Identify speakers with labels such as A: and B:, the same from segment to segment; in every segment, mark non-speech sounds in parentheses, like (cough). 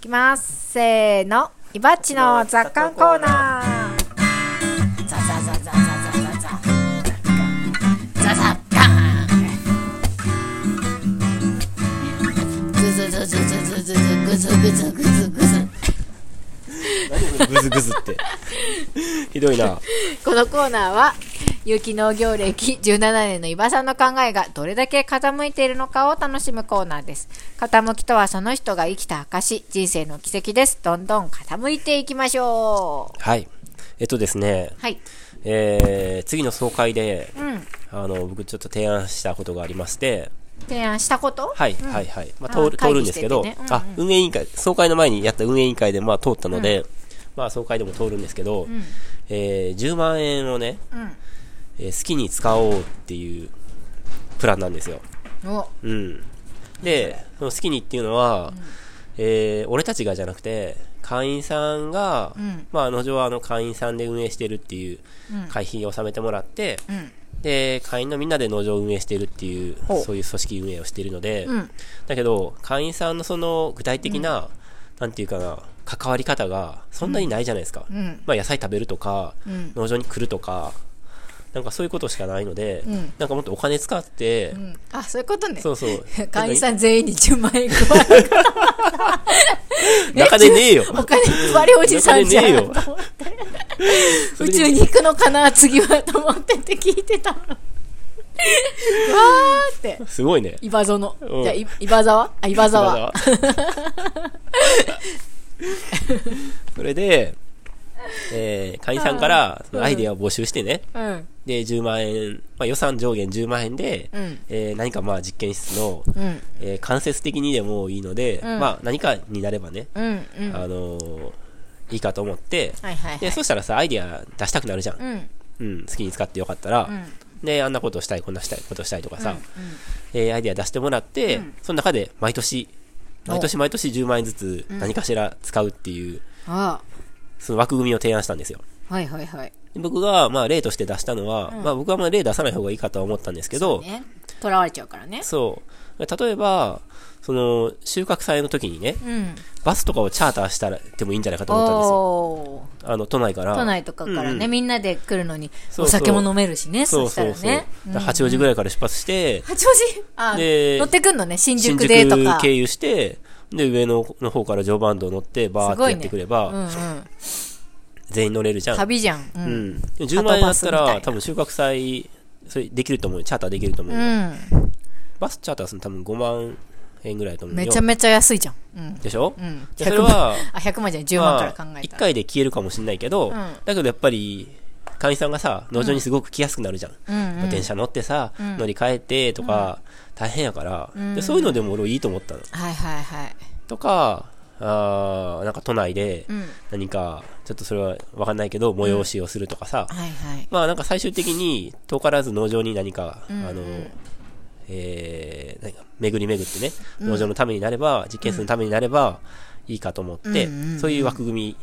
A: きますせーのイバッチの雑感コーナー
B: ザザザザザザザザザザガンズズズズズズズズグズグズグズグズ
C: 何グズグズってひどいな
A: このコーナーは有機農業歴17年の伊庭さんの考えがどれだけ傾いているのかを楽しむコーナーです傾きとはその人が生きた証人生の奇跡ですどんどん傾いていきましょ
C: はいえっとですね
A: うはい
C: えー、次の総会で、
A: うん
C: あの僕ちょっと提案したことがありまして
A: 提案したこと
C: はい、はいはい、まあ、
A: あー
C: 通る通
A: 会
C: るん
A: 議
C: で
A: し
C: す
A: て
C: けど、
A: てねうんうん
C: あ運営委員会総会の前にやった運営委員会でまあ通ったので、まあ総会でも通るんですけど、
A: うん
C: えー10万円をね、えー好きに使おうっていうプランなんですよ、
A: うんお
C: うん、でその好きにっていうのは、えー俺たちがじゃなくて会員さんが、
A: うん
C: まあ、あの上はあの会員さんで運営してるっていう
A: うん
C: 会費を納めてもらって、
A: うん
C: で会員のみんなで農場を運営してるっていう
A: ほう
C: そういう組織運営をしてるので、
A: うん
C: だけど会員さんのその具体的な、なんていうかな関わり方がそんなにないじゃないですか、
A: うん
C: まあ、野菜食べるとか、
A: うん
C: 農場に来るとかなんかそういうことしかないので、
A: うん
C: なんかもっとお金使って、
A: うんあそういうことね
C: そうそう
A: (laughs) 会員さ
C: ん
A: ん全員に10万円配る
C: 中でねえよ
A: お金配り (laughs) おじさんじゃ
C: お金ねえ
A: ん
C: よ
A: と思って
C: そ
A: 宇
C: れに
A: 宙に行くのかな次はと思ってって聞いてたのわーって
C: (laughs) すごいね
A: イバゾの、
C: うん
A: じゃあいイバザワあイバザワ
C: 今だわ (laughs) それで、えー会員さんからそのアイディアを募集してね、
A: うん
C: で10万円、まあ、予算上限10万円で、
A: うん
C: えー何かまあ実験室の、
A: うん
C: えー間接的にでもいいので、
A: ん
C: まあ、何かになればね、
A: うんうん
C: あのーいいかと思って、
A: はいはいは
C: で
A: い
C: そしたらさアイディア出したくなるじゃん、
A: うん
C: うん好きに使ってよかったら、であんなことしたいこんなしたいことしたいとかさ、えーアイディア出してもらって、その中で毎年毎年毎年10万円ずつ何かしら使うっていう、
A: あ
C: その枠組みを提案したんですよ
A: あはいはいはい
C: で僕がまあ例として出したのは、まあ、僕はまあ例出さない方がいいかとは思ったんですけど
A: ねとらわれちゃうからね
C: そう,、例えばその収穫祭の時にね
A: うん
C: バスとかをチャーターしたらでもいいんじゃないかと思ったんですよ
A: おー
C: あの都内から
A: 都内とかから
C: うん
A: ね、
C: うん
A: みんなで来るのに
C: そう
A: お
C: そう
A: 酒も飲めるしね
C: そ
A: そうした
C: そう
A: ら
C: そう、
A: ね
C: だから八王子ぐらいから出発して、
A: 八王子あ
C: で
A: 乗ってくんのね新
C: 新
A: 宿でとか
C: 宿経由して、で、上のの方から常磐道乗って、バーってやってくれば、
A: うんうん、
C: 全員乗れるじゃん。
A: 旅じゃんう、
C: うんん。で10万円だった
A: はとバスみたい
C: ら、
A: な
C: 多分収穫祭、それできると思うよチャーターできると思う
A: う
C: よ、
A: ん
C: バスチャーターするの多分5万円ぐらいだと思うよ。
A: めちゃめちゃ安いじゃん、うん
C: でしょ、
A: うん、
C: でそれは、
A: あ100万じゃない10
C: ま
A: 万
C: あ
A: から考え
C: 1
A: たら、
C: 回で消えるかもしれないけど、
A: ん
C: だけどやっぱり、会員さんがさ、農場にすごく来やすくなるじゃん。
A: うんうん
C: 電車乗ってさ、乗り換えてとか、大変やから、で、そういうのでも俺いいと思ったの。
A: はいはいはい
C: とか、あーなんか都内で
A: うん
C: 何か、ちょっとそれはわかんないけど、催しをするとかさ、
A: はいはい
C: まあなんか最終的に遠からず農場に何か、あの、えー、なんか巡り巡ってね、農場のためになれば、実験室のためになればいいかと思って、そういう枠組み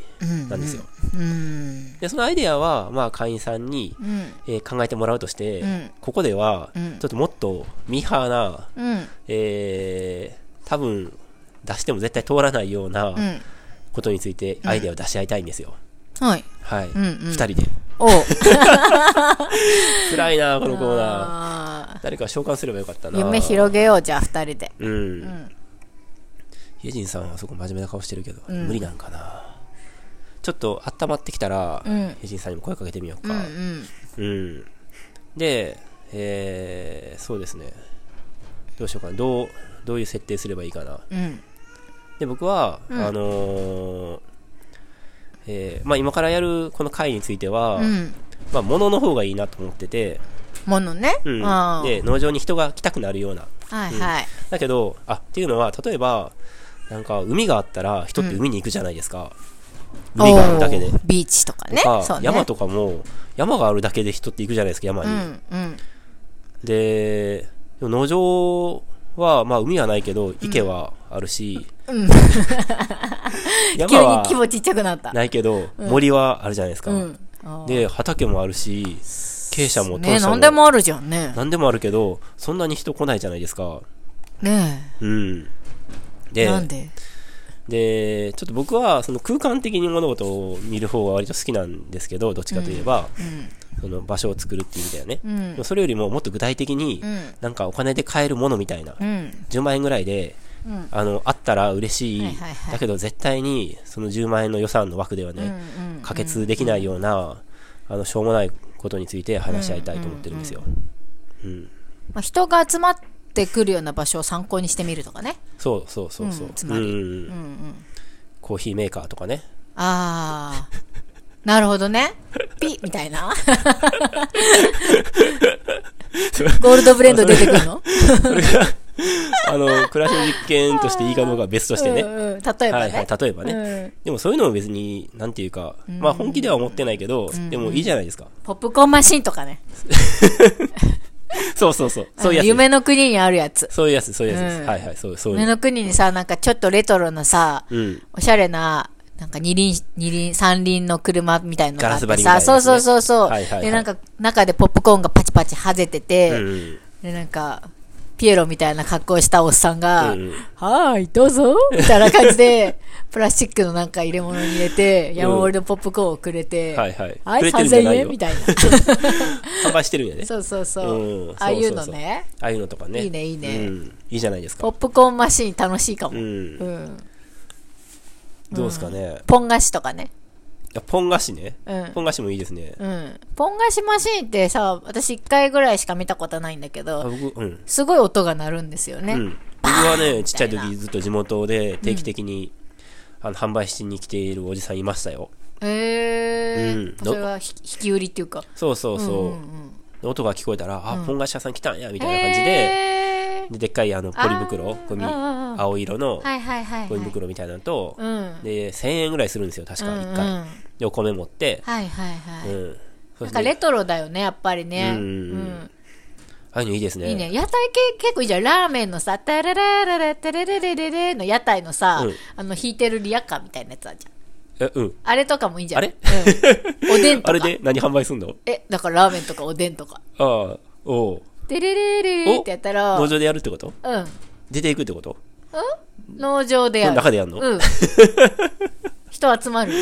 C: なんですよ。
A: うん
C: で、そのアイデアは、まあ会員さんに、
A: うん
C: えー考えてもらうとして、
A: ん
C: ここでは、
A: ん
C: ちょっともっとミーハーな、
A: うん
C: えー、多分出しても絶対通らないような
A: うん
C: ことについてアイデアを出し合いたいんですよ。
A: はい
C: はい。二、
A: ん
C: 人で。
A: おう
C: 辛いな、このコーナー。
A: あ
C: 誰か召喚すればよかった
A: ー
C: な。
A: 夢広げようじゃあ2人で
C: うん。ヒエジンさんはそこ真面目な顔してるけど、無理なんかな。ちょっと温まってきたら、
A: ん
C: ヒエジンさんにも声かけてみようか。
A: うん
C: うん。で、えー、そうですね。どうしようかな。どう、どういう設定すればいいかな。
A: うんうん
C: で僕は、あのーえーまあ、今からやるこの回については、
A: うん
C: まあ、物の方がいいなと思ってて、
A: ものね、
C: うん
A: あー
C: で農場に人が来たくなるような
A: はいはい、
C: だけどあっていうのは例えばなんか海があったら人って海に行くじゃないですか、海があるだけで
A: おービーチとかね
C: とか
A: そうね
C: 山とかも山があるだけで人って行くじゃないですか山
A: う
C: に、
A: んうん
C: ででも農場は、まあ、海はないけど池はあるし、 (laughs)
A: 急
C: 山
A: に
C: は
A: 規模ちっちゃくなった
C: ないけど、森はあるじゃないですか、
A: うんあー
C: で畑もあるし傾斜も
A: ね
C: 屯舎
A: 何でもあるじゃんね
C: 何でもあるけどそんなに人来ないじゃないですか
A: ね
C: うん
A: え
C: で
A: なんで
C: で、ちょっと僕はその空間的に物事を見る方が割と好きなんですけど、どっちかといえば、その場所を作るっていう意味だよね。でもそれよりももっと具体的に、なんかお金で買えるものみたいな、
A: うん
C: 10万円ぐらいで、あの、あったら嬉しい,、
A: はいはいはい
C: だけど絶対にその10万円の予算の枠ではね、可決できないような、あの、しょうもないことについて話し合いたいと思ってるんですよ。うん。
A: まあ、人が集まってくるような場所を参考にしてみるとかね
C: そうそうそうそう。
A: うんつまり
C: うんコーヒーメーカーとかね。
A: ああ (laughs) なるほどねピッみた
C: (laughs)
A: いなゴールドブレンド出てくるの
C: あの、暮らしの実験としていいかどうかは別としてね。
A: うんうん、例えば
C: はい
A: ね、
C: はい、例えばね、
A: うん
C: でもそういうのも別に、なんていうか、まあ本気では思ってないけど、でもいいじゃないですか。
A: ポップコーンマシンとかね
C: そうそうそう。そういうやつです。
A: 夢の国にあるやつ
C: そういうやつ、そういうやつです。
A: うん
C: はいはい、そう、そういう
A: 夢
C: の。
A: の国にさなんかちょっとレトロなさ、
C: うん。
A: おしゃれな、なんか二輪、二輪、三輪の車みたいなのがあって
C: ガラス張りみたいな
A: さ、
C: やつ
A: そ
C: ね
A: うそうそうそう、
C: はいはいはい
A: で、なんか中でポップコーンがパチパチはぜてて、
C: うん。
A: で、なんか、ピエロみたいな格好をしたおっさんが、
C: うんうん
A: はーい、どうぞみたいな感じで、 (laughs) プラスチックのなんか入れ物に入れて、山盛りのポップコーンをくれて、
C: はいはい
A: はい、
C: くれてるんじゃな
A: 3000
C: いよ
A: 円みたいな。
C: 販売してるんやね。
A: そうそうそう。
C: うん
A: ああいうのね。
C: ああいうのとかね。
A: いいねいいね
C: うん。いいじゃないです
A: ポッ
C: か。
A: プコーンマシーン楽しいか
C: う
A: も。
C: ん
A: う。ん。
C: どうですかね。
A: ポン菓子とかね。
C: いやポン菓子ね
A: うん。
C: ポン菓子もいいですね。
A: うん。ポン菓子マシーンってさ、私一回ぐらいしか見たことないんだけ
C: あ
A: ど、
C: 僕、うん。
A: すごい音が鳴るんですよね。
C: うん、僕はね、ちっちゃい時ずっと地元で定期的に、あの販売しに来ているおじさんいましたよ。
A: えー
C: うん
A: それはひ引き売りっていうか。
C: そうそうそう。音が聞こえたら、あ、ポン菓子屋さん来たんや、みたいな感じで、
A: えー
C: ででっかいあのポリ袋、ゴミ、
A: うんうんうん
C: 青色の
A: はいはいはい、はい。
C: ゴミ袋みたいなのと、
A: うん。
C: で、1000円ぐらいするんですよ、確か、
A: うんうん
C: 1回。で、お米持って、
A: はいはいはい。
C: うん。そう
A: な
C: んで
A: か
C: す
A: レ
C: ね
A: トロだよね、やっぱりね。
C: うんうんうんああいうのいいですね。
A: いいね。屋台系結構いいじゃん。ラーメンのさ、タララララタラララララの屋台のさ、
C: うん
A: あの、弾いてるリアカーみたいなやつあるじゃん。
C: え、うん。
A: あれとかもいいんじゃん。
C: あれ
A: うん、おでんと
C: (laughs)
A: か。
C: あれで何販売すんの
A: え、だからラーメンとかおでんとか。
C: ああ、おう。
A: でれれれれってやったら、う
C: 農
A: ん。
C: 場でやるってこと出ていくってこと
A: 農場でやる。
C: 中でやんの (laughs)
A: うん。人集まる。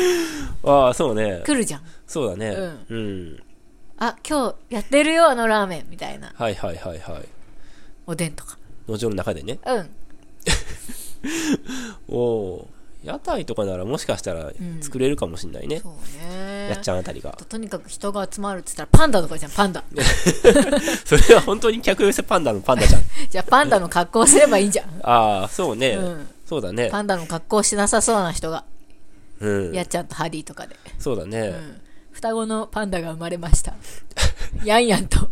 C: ああ、そうね。
A: 来るじゃん。
C: そうだね。
A: うん
C: うん
A: あ、今日やってるよ、あのラーメン。みたいな。
C: はいはいはいはい。
A: おでんとか。
C: 農場の中でね。
A: うん。
C: おおー。屋台とかならもしかしたら作れるかもしんないね。
A: そうね。
C: やっちゃんあたりが
A: あ。ととにかく人が集まるって言ったらパンダとかじゃん、パンダ。
C: それは本当に客寄せパンダのパンダじゃん。
A: じゃあパンダの格好すればいいんじゃん。
C: ああ、そうね、
A: うん
C: そうだね。
A: パンダの格好しなさそうな人が、
C: うん
A: や。っちゃんとハリーとかで。
C: そうだね、
A: うん双子のパンダが生まれました。ヤンヤンと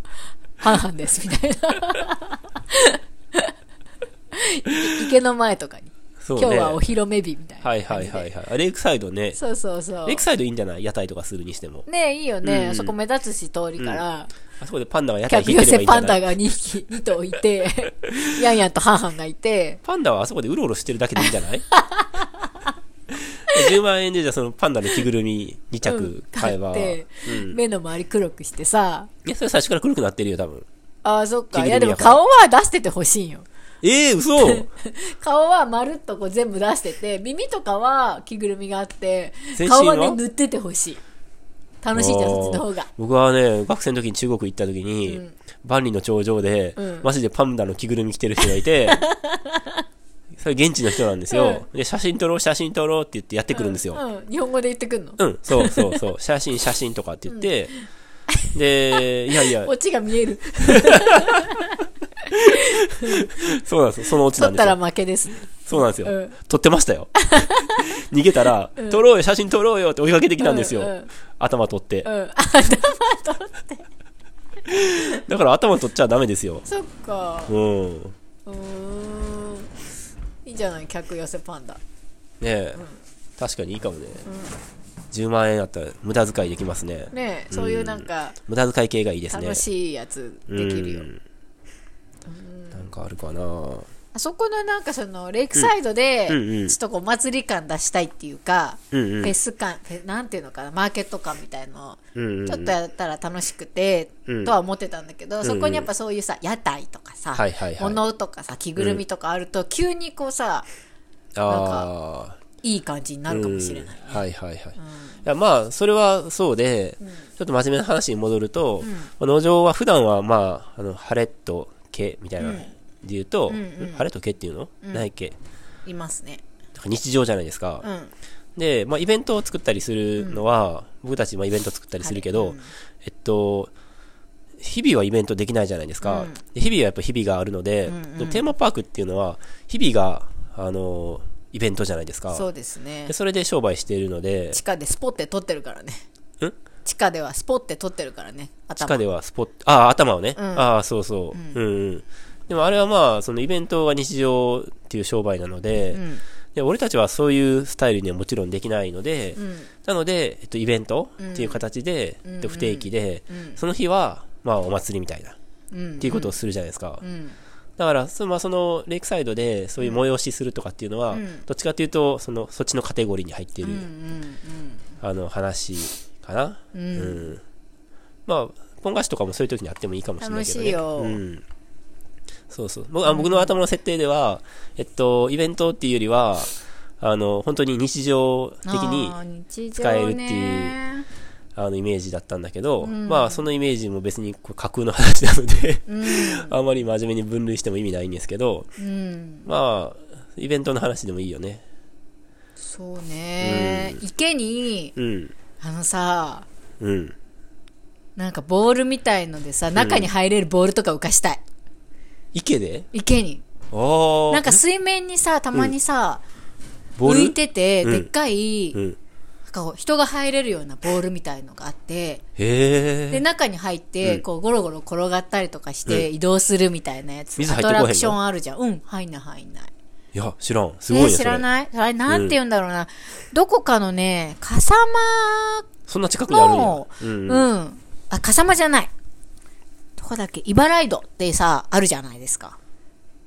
A: ハンハンです、みたいな。 (laughs) い池の前とかに、
C: そう
A: 今
C: ね。
A: 日はお披露目日みたいな。
C: はいはいはいはい。あレイクサイドね。
A: そうそうそう
C: レイ。クサイドいいんじゃない屋台とかするにしても。
A: ねえ、いいよね。
C: うん
A: あそこ目立つし、通りから。
C: あそこでパンダが屋台
A: 客
C: 引い
A: 寄
C: てればいいんじ
A: せパ
C: ゃ
A: ン
C: な
A: ダ
C: い
A: が2匹、2頭い
C: (laughs)
A: て、ヤンヤンとハンハンがいて、
C: パンダはあそこでうろうろしてるだけでいいんじゃない
A: (laughs)
C: 10万円でじゃあそのパンダの着ぐるみ2着買えば、
A: って、
C: うん
A: 目の周り黒くしてさ、
C: いや、それ最初から黒くなってるよ、多分。
A: ああ、そっか。
C: 着ぐるみ
A: いや、でも
C: やから
A: 顔は出しててほしいんよ。
C: ええ嘘
A: 顔はまるっとこう全部出してて、耳とかは着ぐるみがあって
C: 全、身は
A: 顔はね、塗っててほしい。楽しいじゃん、そっちの方が。
C: 僕はね、学生の時に中国行った時に、万里の頂上で、
A: うん
C: マジでパンダの着ぐるみ着てる人がい
A: (laughs)
C: て、それ現地の人なんですよ。で、写真撮ろう、写真撮ろうって言ってやってくるんですよ。
A: うん、日本語で言ってくんの
C: うん、そうそうそう。写真、写真とかって言って、で、いやいや、
A: オチが見える。
C: そうなんですよ。そのオチなんで
A: 取っ
C: す
A: たら
C: よ。
A: 負けですね。
C: そうなんですよ。
A: うん
C: 撮ってました
A: (laughs)
C: よ。逃げたら、撮ろうよ、写真撮ろうよって追いかけてきたんですよ。
A: うんうん
C: 頭取って
A: う。ん。あ、
C: だから頭取っちゃダメですよ。
A: そっか。
C: うん。
A: うーん。いいじゃない、客寄せパンダ。
C: ねえ、確かにいいかもね、10万円あったら無駄遣いできますね
A: ねえ、そういうなんか、
C: 無駄遣い系がいいですね
A: 楽しいやつできるよ。
C: うんなんかあるかなう
A: あそこのなんかそのレイクサイドで
C: うんうんうん
A: ちょっとこうお祭り感出したいっていうか、
C: うんうん
A: フェス感フェなんていうのかなマーケット感みたいの
C: んうんうん
A: ちょっとやったら楽しくて、
C: うん
A: とは思ってたんだけど、そこにやっぱそういうさ屋台とかさ、
C: はいはいはい
A: 物とかさ着ぐるみとかあると、急にこうさなん
C: ああ
A: いい感じになるかもしれない。
C: うんはいはいはい。いやまあ、それはそうで、ちょっと真面目な話に戻ると、まあ農場は普段はまあ、あの、晴れと毛みたいな、で言うと、晴れと毛っていうの、ないっけ
A: いますね。
C: なんか日常じゃないですか。
A: うん。
C: で、まあ、イベントを作ったりするのは、僕たち、まあ、イベント作ったりするけど、えっと、日々はイベントできないじゃないですか。で日々はやっぱ日々があるので、テーマパークっていうのは、日々が、あの、イベントじゃないですか。
A: そうですね
C: で。それで商売しているので、
A: 地下でスポって取ってるからね。
C: ん
A: 地下ではスポって取ってるからね。
C: 地
A: 頭
C: 下ではスポット、ああ、頭をね。ああ、そうそう。うん、うん、でもあれはまあ、そのイベントが日常っていう商売なので、で俺たちはそういうスタイルにはもちろんできないので、なので、えっと、イベントっていう形で、えっと、不定期で、その日は、まあ、お祭りみたいな、っていうことをするじゃないですか。だから、そまあ、その、レイクサイドで、そういう催しするとかっていうのは、どっちかっていうと、その、そっちのカテゴリーに入っている、あの、話かな。うんまあ、ポン菓子とかもそういう時にあってもいいかもしれないけど、ね。
A: 楽しいよ
C: うん。そうそう。僕あ僕の頭の設定では、えっと、イベントっていうよりは、あの、本当に日常的に
A: あー日常
C: 使えるっていう
A: ね
C: あのイメージだったんだけど、まあそのイメージも別にこれ架空の話なので、 (laughs) あんまり真面目に分類しても意味ないんですけど、
A: うん。
C: まあ、イベントの話でもいいよね。
A: そうね。池に、
C: うん。
A: あのさ、
C: うん。
A: なんかボールみたいのでさ、中に入れるボールとか浮かしたい。
C: 池で
A: 池に。
C: ああ。
A: なんか水面にさ、たまにさ、
C: ボール
A: 浮いてて、
C: うん
A: でっかい、
C: うん。
A: なんかこう人が入れるようなボールみたいのがあって、
C: へ
A: で、
C: え。
A: 中に入って、こう、ゴロゴロ転がったりとかして、移動するみたいなやつ。
C: 水入っ
A: ア
C: て
A: ト
C: こへんの
A: ラクションあるじゃん。うん、入んない入んない。
C: いや、知らん。すごい
A: ね、
C: ね。
A: 知ら
C: い。
A: ないあれ、なんて言うんだろうな。どこかのね、笠
C: そんな近くに
A: 間
C: あるん
A: の、
C: や。うん。
A: うん。あ、笠間じゃない。どこだっけ茨城戸ってさ、あるじゃないですか。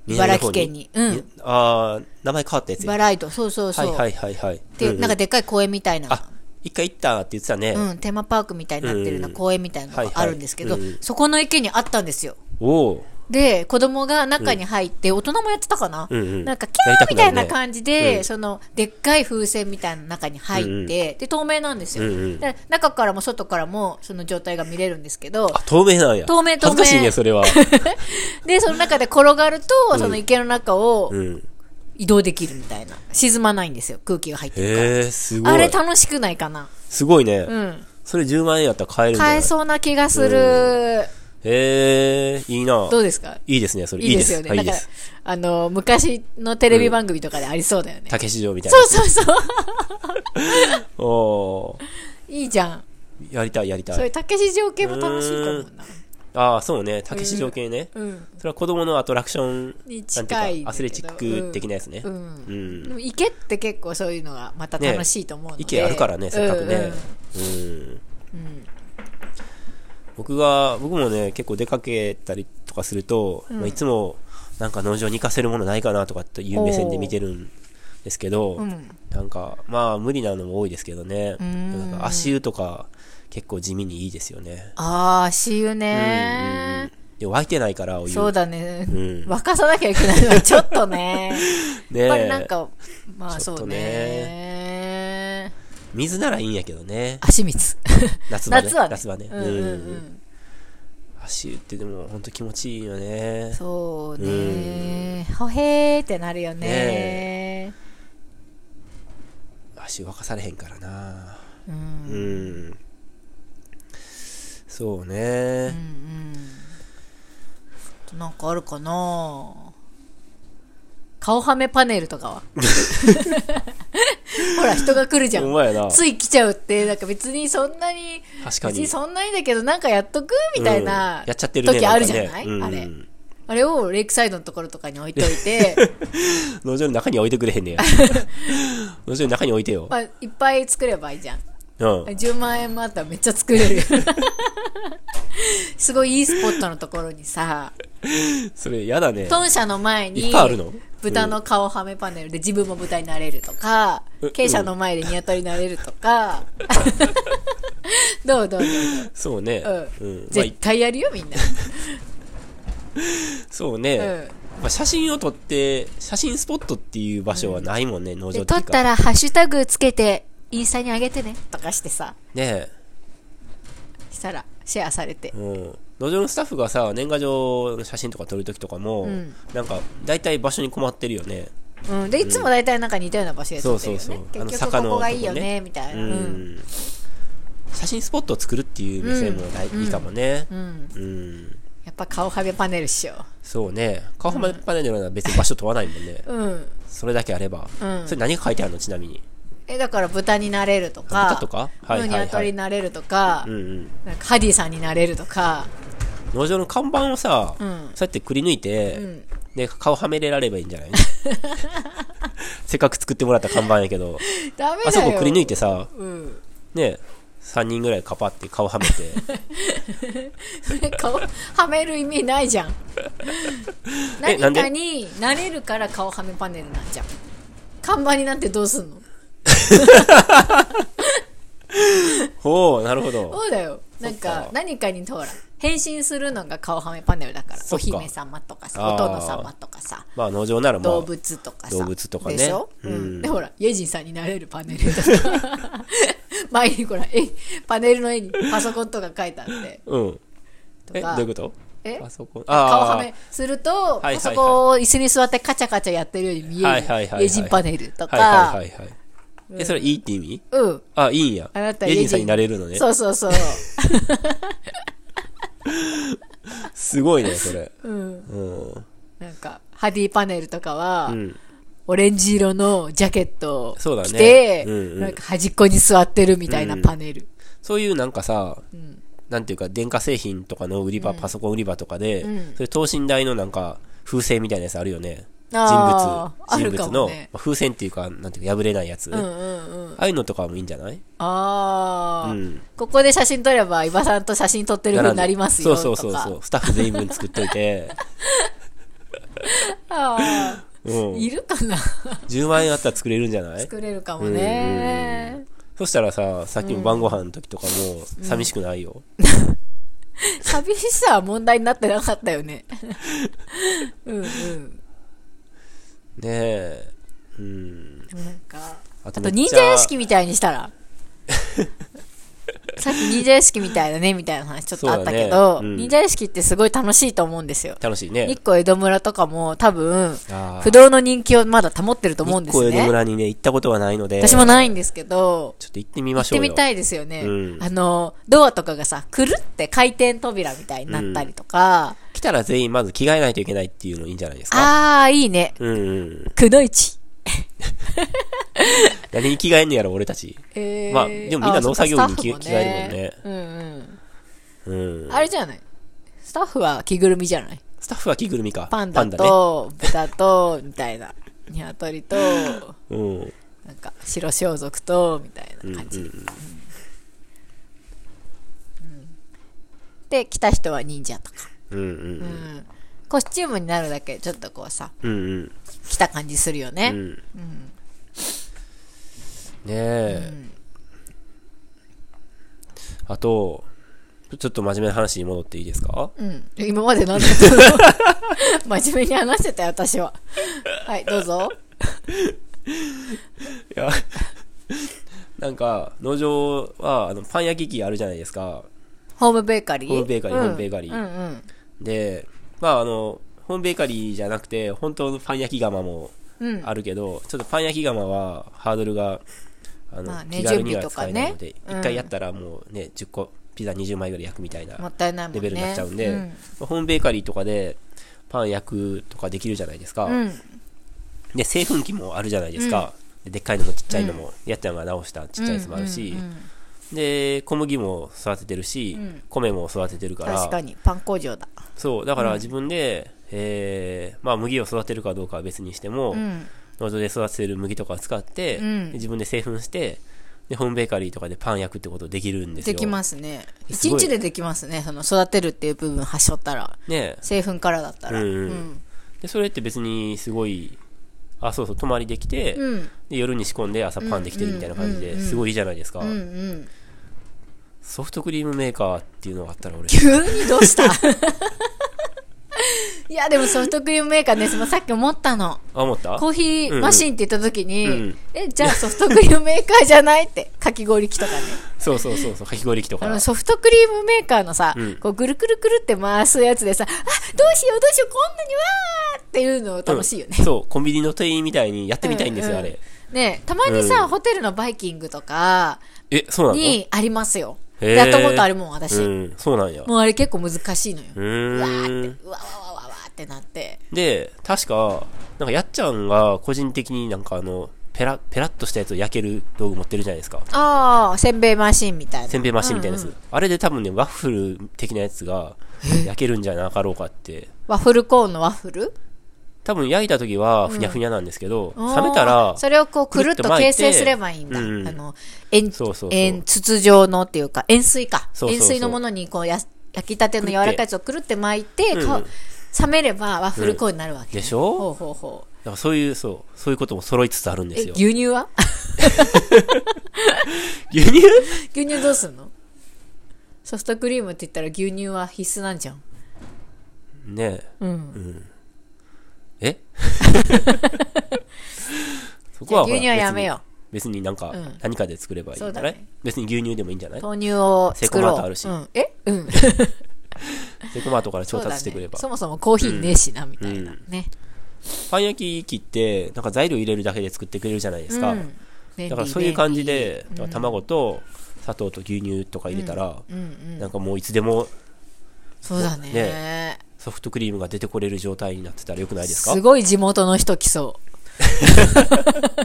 A: 茨城県に
C: 南の方
A: うん。
C: ああ、名前変わったやつや。
A: 茨城戸、そうそう
C: は
A: そ。
C: いうはいはいはい。
A: っていう
C: うう
A: なんかでっかい公園みたいな。
C: あ、一回行ったって言ってたね。
A: うん、テーマパークみたいになってるような
C: うん
A: 公園みたいなのがあるんですけど、
C: はいはいうん
A: そこの池にあったんですよ。
C: おお。
A: で、子供が中に入って、大人もやってたかな、
C: うんうん
A: なんか、キ
C: やり
A: ャ
C: た
A: ー
C: く
A: み
C: な
A: た
C: るね
A: いな感じで、
C: うん
A: その、でっかい風船みたいな中に入って、
C: うんうん
A: で、透明なんですよ、
C: うんうん
A: で中からも外からも、その状態が見れるんですけど、
C: (laughs) あ、透明なんや。
A: 透明透
C: 恥ず
A: 明
C: かしいね、それ
A: (laughs)
C: は。
A: で、その中で転がると、その池の中を
C: うん。
A: 移動できるみたいな。沈まないんですよ、空気が入ってるから。
C: へえ、すごい。
A: あれ楽しくないかな
C: すごいね。
A: うん。
C: それ10万円やったら買えるんじゃない
A: 買えそうな気がする。
C: へえ、いいな。
A: どうですか
C: いいですね、それ。
A: いいですよね。
C: はいい
A: ないん
C: で
A: か
C: す。、
A: あの、昔のテレビ番組とかでありそうだよね。
C: 竹市場みたいな。
A: そうそうそう。
C: お
A: いいじゃん。
C: ーやりたい、やりた
A: そうい
C: い。
A: う竹市情系も楽しいかもな。
C: ああ、そうね。竹市場系ね。
A: うん。
C: それは子供のアトラクション
A: に
C: なんて
A: 近いんだけ
C: いう
A: ど
C: か、アスレチック的なやつね。
A: うん
C: う
A: で
C: ん。
A: も池って結構そういうのがまた
C: ね
A: 楽しいと思うので。
C: 意見あるからね、せっかくね。うん。僕が、僕もね、結構出かけたりとかすると、まあ、いつも、なんか農場に行かせるものないかなとかっていう目線で見てるんですけど、なんか、まあ無理なのも多いですけどね、なんか足湯とか結構地味にいいですよね。
A: ああ、足湯
C: うんう
A: ね
C: ん。で、湧いてないから、お湯。
A: そうだ
C: ん
A: ね。沸かさなきゃいけないの
C: (laughs)
A: はちょっとね。
C: ね
A: や
C: え
A: っぱりなんか、まあ
C: ち
A: そ
C: ょっ
A: う
C: とね
A: ね。
C: 水ならいいんやけどね。
A: 足水。
C: 夏場ね。
A: 夏はね。
C: 夏場ね。
A: うんうんう
C: うん
A: ん。
C: 足湯ってでも本当気持ちいいよね。
A: そうね。ほへーってなるよね。
C: 足湯沸かされへんからな。
A: うん。
C: うん。そうね。
A: なんかあるかな顔はめパネル
C: (laughs)
A: とかはほら人が来るじゃ
C: ほん
A: ん
C: まやな。
A: つい来ちゃうってなんか別にそんなに
C: 確かに
A: 別にそんなにだけどなんかやっとくみたいな、
C: うんやっちゃってるね
A: 時あるじゃない、
C: なんか
A: あ
C: ね
A: れ
C: うん
A: あれをレイクサイドのところとかに置いといて、
C: (laughs) 農場の中に置いてくれへ
A: (laughs)
C: んねや。農場の中に置いてよ。
A: まあ、いっぱい作ればいいじゃん
C: うん。
A: 10万円もあったらめっちゃ作れる (laughs) すごいいいスポットのところにさ
C: それ嫌だね。
A: 豚舎の前
C: い
A: に
C: っぱいあるの
A: 豚の顔はめパネルで自分も豚になれるとか
C: うん
A: 鶏舎の前でニワトリになれる
C: (laughs)
A: とかどうどうどう
C: そうね
A: どう、。
C: う
A: うん
C: ん。まあ
A: 絶対やるよみんな、
C: そうね。
A: う
C: まあ、写真を撮って、写真スポットっていう場所はないもんね、農場
A: で、
C: って
A: 撮
C: いう
A: った
C: か。
A: らハッシュタグつけて、インスタに上げてね、とかしてさ、
C: ね
A: したら、シェアされて
C: え、。うん。農場のスタッフがさ、年賀状の写真とか撮るときとかも、
A: ん
C: なんか、大体場所に困ってるよね。
A: うん。で、いつも大体なんか似たような場所で撮ってるよね。
C: そうそうそうあの
A: 結
C: 坂
A: 局
C: の
A: ここがいいよ
C: とこ
A: ね、
C: ね
A: みたいうな。
C: ん。
A: うん。
C: 写真スポットを作るっていう目線も大、いいかもね。
A: うん。
C: うん。
A: やっぱ顔はめパネルっしよ
C: そうね。顔はめパネルなら別に場所問わないもんね。
A: う。うん。
C: それだけあれば。
A: うん
C: それ何が書いてあるのちなみに。
A: え、だから豚になれるとか、
C: 豚とかはいはいはい
A: ニワトリになれるとか、
C: うんうん。
A: なんかハディさんになれるとか、
C: 農場の看板をさ、
A: ん
C: そうやってくり抜いて、
A: うん
C: で、顔はめれらればいいんじゃ
A: (laughs)
C: ないせっかく作ってもらった看板やけど、
A: ダメだよ。
C: あそこくり抜いてさ、
A: うん。 (laughs)
C: ね、3人ぐらいカパって顔はめて、
A: それ顔はめる意味ないじゃん
C: (laughs) え
A: 何
C: なんで
A: かになれるから顔はめパネルなんじゃん看板になってどうすんの
C: ほう、なるほど。
A: そうだよなん
C: そっ
A: か
C: か
A: 何かにほら変身するのが顔はめパネルだから
C: そ
A: お
C: っか
A: 姫様とかさ
C: あー
A: お殿様とかさ
C: まあ農場ならも
A: 動
C: う、
A: 物とかさ
C: 動物とかね
A: でしょ、
C: うん
A: うんでほらイェジンさんになれるパネルと
C: (laughs)
A: か前にほらえパネルの絵にパソコンとか書いてあって
C: うん。
A: と
C: え、ど
A: か
C: ういうこと
A: え
C: パソコン。
A: 顔
C: あ
A: はめすると、
C: はいはいはい
A: パソコンを椅子に座ってカチャカチャやってるように見える。
C: はいはいはいはい
A: レジンパネルとか、
C: はいはいはいはい。え、それいいって意味
A: うん。
C: あ、いいんや。
A: あなた
C: レジンさんになれるのね。
A: そうそうそう。
C: すごいね、それ。
A: うん。 (laughs)
C: うん。
A: なんか、ハディパネルとかは、
C: うん。
A: オレンジ色のジャケットを
C: そうだ
A: 着
C: ね
A: て、
C: うんうん
A: なんか端っこに座ってるみたいなパネル。
C: そういうなんかさ、なんていうか電化製品とかの売り場、パソコン売り場とかで、
A: うん
C: それ等身大のなんか風船みたいなやつあるよね。人物
A: あ、ー
C: 人
A: あるか
C: 物
A: も
C: の、
A: ね
C: まあ風船っていうか、なんていうか破れないやつ。
A: うん、う
C: あ
A: んうんうん
C: あいうのとかもいいんじゃない
A: ああ、
C: うん
A: ここで写真撮れば、伊庭さんと写真撮ってる風になりますよ。
C: そうそうそう
A: とか
C: そう。スタッフ全員分作っとい
A: (laughs)
C: て、
A: あ
C: う
A: ー
C: ん、
A: いるかな
C: 10万円あったら作れるんじゃない
A: 作れるかもね。
C: そしたらさ、さっきの晩ご飯の時とかも寂しくないよ。
A: 寂しさは問題になってなかったよ
C: (laughs)
A: ね。うんうん。
C: ねえ。うん。
A: なんか、
C: あ
A: あ
C: め
A: と
C: っちゃ
A: 忍者屋敷みたいにし
C: (laughs)
A: たら。さっき忍者屋敷みたいだね、みたいな話ちょっとあったけ
C: そうだ
A: ど、
C: ねうん
A: 忍者屋敷ってすごい楽しいと思うんですよ。
C: 楽しいね
A: 日。光江戸村とかも多分、
C: あー
A: 不動の人気をまだ保ってると思うん
C: 日
A: です
C: 光江戸
A: ね。
C: 村にね、行ったことがないので。
A: 私もないんですけど、
C: ちょっと行ってみ
A: 行
C: ま
A: っ
C: しょ
A: て
C: うよ。
A: みたいですよね。
C: うん
A: あの、ドアとかがさ、くるって回転扉みたいになったりとか、
C: 来たら全員まず着替えないといけないっていうのいいんじゃないですか。
A: ああ、いいね。
C: うんうん。
A: くのいち。
C: 何に着替えんのやろ、俺たち。
A: えー
C: まあでもみんな農作業着に着
A: あ
C: 着替える
A: そっかスタッフね。うん
C: うん
A: うん。。あれじゃないスタッフは着ぐるみじゃない
C: スタッフは着ぐるみか。
A: パンダと、豚と、 (laughs) みたいな。ニワトリと、
C: ね。うん。
A: なんか、白装束と、みたいな感じ。
C: うんうん
A: で、来た人は忍者とか。
C: うんう。
A: うんん。コスチュームになるだけ、ちょっとこうさ、
C: うんうん。
A: 来た感じするよ
C: う
A: ね。
C: ん。ねえ。あと、ちょっと真面目な話に戻っていいですか
A: うん。今まで何
C: (laughs)
A: だったの真面目に話してたよ、私は。はい、どうぞ。
C: いや、 (laughs) なんか、農場は、あの、パン焼き器あるじゃないですか。
A: ホームベーカリー
C: ホームベーカリー
A: うん
C: ホームベーカリー
A: うんうん。
C: で、まああの、ホームベーカリーじゃなくて、本当のパン焼き窯も
A: うん
C: あるけど、ちょっとパン焼き窯はハードルが、あの、
A: まあね
C: 気軽には使えないの
A: 準
C: で、
A: 備と
C: 一、
A: かね
C: 回やったらもうね、10個、ピザ20枚ぐらい焼くみたいな
A: もったいないもんね
C: レベルになっちゃうんで、
A: うん
C: まあホームベーカリーとかでパン焼くとかできるじゃないですか。
A: うん。
C: で、製粉機もあるじゃないですか。ででっかいのもちっちゃいのも、やっちゃんが直したちっちゃいやつもあるし、
A: うんうんうん
C: で、小麦も育ててるし、
A: ん
C: 米も育ててるから、
A: 確かに、パン工場だ。
C: そう、だから自分で、えーまあ麦を育てるかどうかは別にしても、
A: うん。
C: 農場で育てる麦とかを使って、
A: うん
C: で自分で製粉して、で、ホームベーカリーとかでパン焼くってことできるんですよ。。
A: できますすね。
C: す
A: 一
C: ごい
A: 日でできますね。その育てるっていう部分端折ったら。
C: ね
A: 製粉からだったら。
C: うんうん
A: うん。
C: で、それって別にすごい、あ、そうそう、泊まりできて、
A: うん。
C: で夜に仕込んで朝パンできてるみたいな感じ
A: うん
C: で
A: うんうん
C: すごいいいじゃないですか、
A: うんうん。
C: ソフトクリームメーカーっていうのがあったら俺
A: 急にどうした (laughs) いや、でもソフトクリームメーカーね、そのさっき思ったの。
C: あ思った
A: コーヒーマシンって言った時に、
C: うんうん
A: え、じゃあソフトクリームメーカーじゃないって、かき氷機とかね。
C: そうそうそうそうかき氷機と
A: あ
C: か
A: のソフトクリームメーカーのさ、
C: うん
A: こうぐるくるくるって回すやつでさ、あ、どうしようどうしよう、こんなにわーっていうの楽しいよね。
C: うんそうコンビニの店員みたいにやってみたいんですよ、
A: うう
C: あれ
A: ねえたまにさ、
C: うん
A: ホテルのバイキングとか
C: えそうなの
A: にありますよ。
C: へー
A: やったことあるもん、私。
C: うんそうなんや
A: もうあれ結構難しいのよ。
C: う
A: わ
C: ー
A: ーっ
C: ん
A: て、うわわわわわーってなって。
C: で確かなんかやっちゃんが個人的になんかあのペラペラッとしたやつを焼ける道具持ってるじゃないですか
A: ああ、せんべいマシンみたいな。
C: せんべいマシンみたいなやつ、
A: うんうん
C: あれで多分ねワッフル的なやつが焼けるんじゃなかろうかって
A: ワッフルコーンのワッフル
C: 多分焼いた時はふにゃふにゃなんですけど、
A: おー
C: 冷めたら
A: それをこうくるっと
C: くるっと巻い
A: 形
C: て
A: 成すればいいんだ。
C: うんうん
A: あの、円、
C: そうそうそう
A: 円、筒状のっていうか、円錐か。
C: そうそうそう
A: 円錐のものにこうや、焼きたての柔らかいやつをくるって巻いて、
C: うん
A: か冷めればワッフルコーンになるわけ。
C: でし
A: ほ
C: ょ
A: うほうほう。
C: だからそういうそうそういうことも揃いつつあるんで
A: え、
C: すよ
A: 牛乳は (laughs)
C: 牛乳
A: 牛乳どうすんのソフトクリームって言ったら牛乳は必須なんじゃん。
C: ねえ
A: うん。 (laughs)
C: えそ
A: じ
C: こ
A: ゃあ
C: は
A: 牛乳はやめよ
C: 別に別になんか、
A: うん
C: 何かで作ればいいんじゃ
A: そう
C: な
A: だ
C: い、
A: ね
C: 別に牛乳でもいいんじゃな
A: う。
C: い
A: 豆乳を作
C: セコマ
A: ろ
C: ー
A: う。
C: トあるし
A: うん、えうん。
C: セコマートから調達してくれば、
A: そうだねそもそもコーヒーねえしな、みたいな。ね。
C: パン焼き器ってなんか材料入れるだけで作ってくれるじゃないですか、
A: うん便利
C: だからそういう感じ
A: 便利
C: で、だから卵と砂糖と牛乳とか入れたら、
A: うんうん。
C: なんかもういつでも
A: そうだね
C: ねソフトクリームが出てこれる状態になってたらよくないですか
A: すごい地元の人来そう。 (laughs)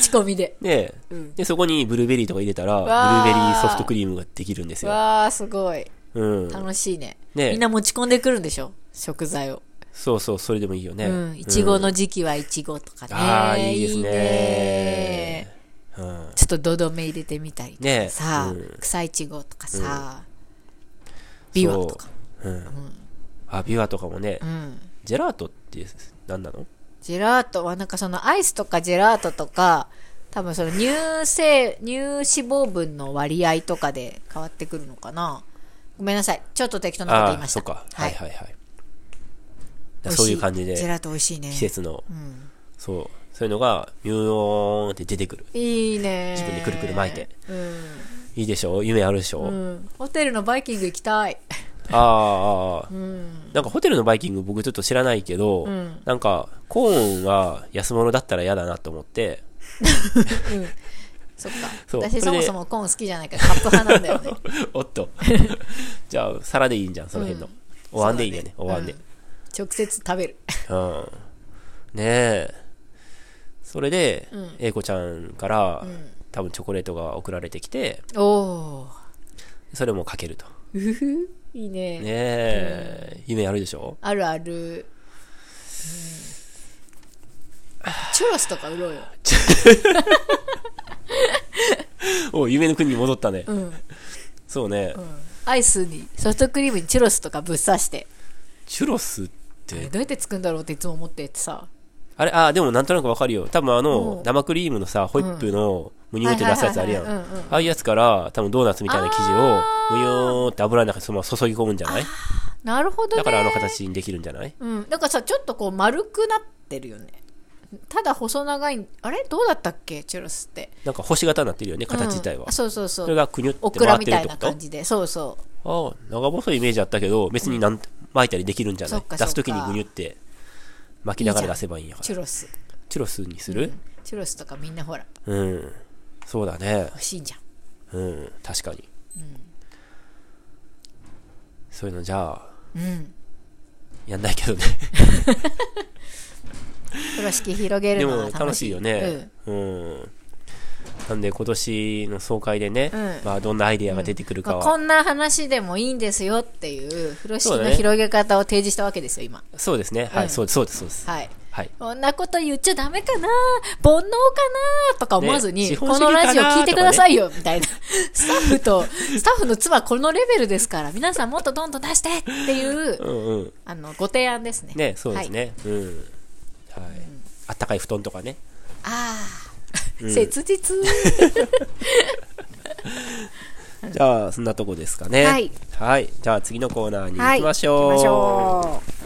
A: 口コミで。
C: で,、
A: うん
C: でそこにブルーベリーとか入れたらブル
A: わー
C: ーベリーソフトクリームができるんですよ、
A: わあ、すごい。
C: うん、
A: 楽しいね。
C: ね
A: みんな持ち込んでくるんでしょ食材を。
C: そうそうそれでもいいよね、
A: うん。いちごの時期はいちごとかね。
C: ああいいですね
A: ね
C: うん
A: ちょっとどどめ入れてみたりとか
C: ね
A: さ、
C: うん
A: 草いちごとかさ、ビワとか。
C: そううんあビワとかもね、
A: うん。
C: ジェラートって何なの
A: ジェラートはなんかそのアイスとかジェラートとか、多分その乳成、乳脂肪分の割合とかで変わってくるのかな。ごめんなさい。ちょっと適当なこと言い
C: あ
A: ま
C: あ
A: した。
C: そうか、
A: はい。
C: はいはいはい
A: 美味し
C: そういう感じで
A: ジェラート美味しいね。
C: 季節の、
A: うん。
C: そうそういうのがミューンって出てくる
A: いいね。
C: 自分でくるくる巻いて。
A: うん。
C: いいでしょ夢あるでしょ、
A: うん。ホテルのバイキング行きたい。 (laughs)
C: ああああああ、なんかホテルのバイキング僕ちょっと知らないけど、
A: ん
C: なんかコーンが安物だったら嫌だなと思って
A: そっか。
C: そうそ
A: 私そ
C: れ
A: も
C: で
A: そもコーン好きじゃないからカップ派なんだよね。
C: (laughs) おっ
A: (laughs)
C: とじゃあ皿でいいんじゃんその辺の、お椀でいいよね
A: そう
C: お
A: だね
C: 椀で
A: 直接食べる。
C: うん、ねえそれで、英子ちゃんから、多分チョコレートが送られてきて
A: おお
C: それもかけるとね
A: ー。うふいいね。
C: え、夢あるでしょ
A: あるある、うんチュロスとか売ろうよ、
C: お夢の国に戻ったね、
A: ん
C: そうね、
A: アイスにソフトクリームにチュロスとかぶっ刺して
C: チュロスっ
A: え
C: て
A: どうやって作るんだろうっていつも思っててさ
C: あれあでもなんとなくわかるよ多分あ
A: お
C: の
A: う
C: 生クリームのさホイップのむにゅーって出すやつあるやん
A: はいはい
C: あ
A: はいはいうんうん
C: あいうやつから多分ドーナツみたいな生地
A: あ
C: を
A: ー
C: むにゅーって油の中にそのまま注ぎ込むんじゃない
A: なるほどね
C: だからあの形にできるんじゃない
A: うんだからさちょっとこう丸くなってるよねただ細長いあれどうだったっけチュロスって
C: なんか星型になってるよね形自体
A: う
C: は
A: ん、そうそうそ
C: それ
A: う
C: がくにゅって
A: オクラ
C: 回っ
A: み
C: てる
A: た
C: って
A: いな
C: こと
A: 感じでそうそう
C: ああ、長細いイメージあったけど、別になん、巻いたりできるんじゃな
A: そ
C: い
A: っか
C: 出すとき
A: そっ
C: に
A: か
C: ぐにゅって、巻きながら出せばいいんやから。
A: チュロス
C: チュロスにする、
A: チュロスとかみんなほら
C: うん、そうだね。
A: 欲しいじゃん
C: うん。確かに。そういうのじゃあ、
A: うん
C: やんないけどね。
A: 風呂敷広げる
C: で
A: のは
C: も
A: 楽し
C: 楽しい
A: い
C: よね。うん。なんで今年の総会でね、
A: うん
C: まあどんなアイデアが出てくる
A: まあ
C: かは、
A: こんな話でもいいんですよっていう風呂敷
C: そう
A: の
C: だね
A: 広げ方を提示したわけですよ今
C: そうですね。はい、
A: うん
C: そうです、そうです、そうです。
A: はい
C: はい。
A: こんなこと言っちゃダメかな煩悩かなとか思わずに、
C: ね資本
A: こ
C: 主義
A: の
C: かな
A: ラジオ聞いてくださいよ、みたいな。
C: (laughs)
A: スタッフと、スタッフの妻このレベルですから、皆さんもっとどんどん出してっていう、
C: うんうん。
A: あの、ご提案ですね。
C: ね、そうです
A: はい、
C: ね。うん。はい。あったかい布団とかね。
A: ああ、切実。
C: じゃあ、そんなとこですかね。
A: はい。
C: はい。じゃあ、次のコーナーに
A: は
C: 行
A: い。
C: きましょう。
A: 行きましょう。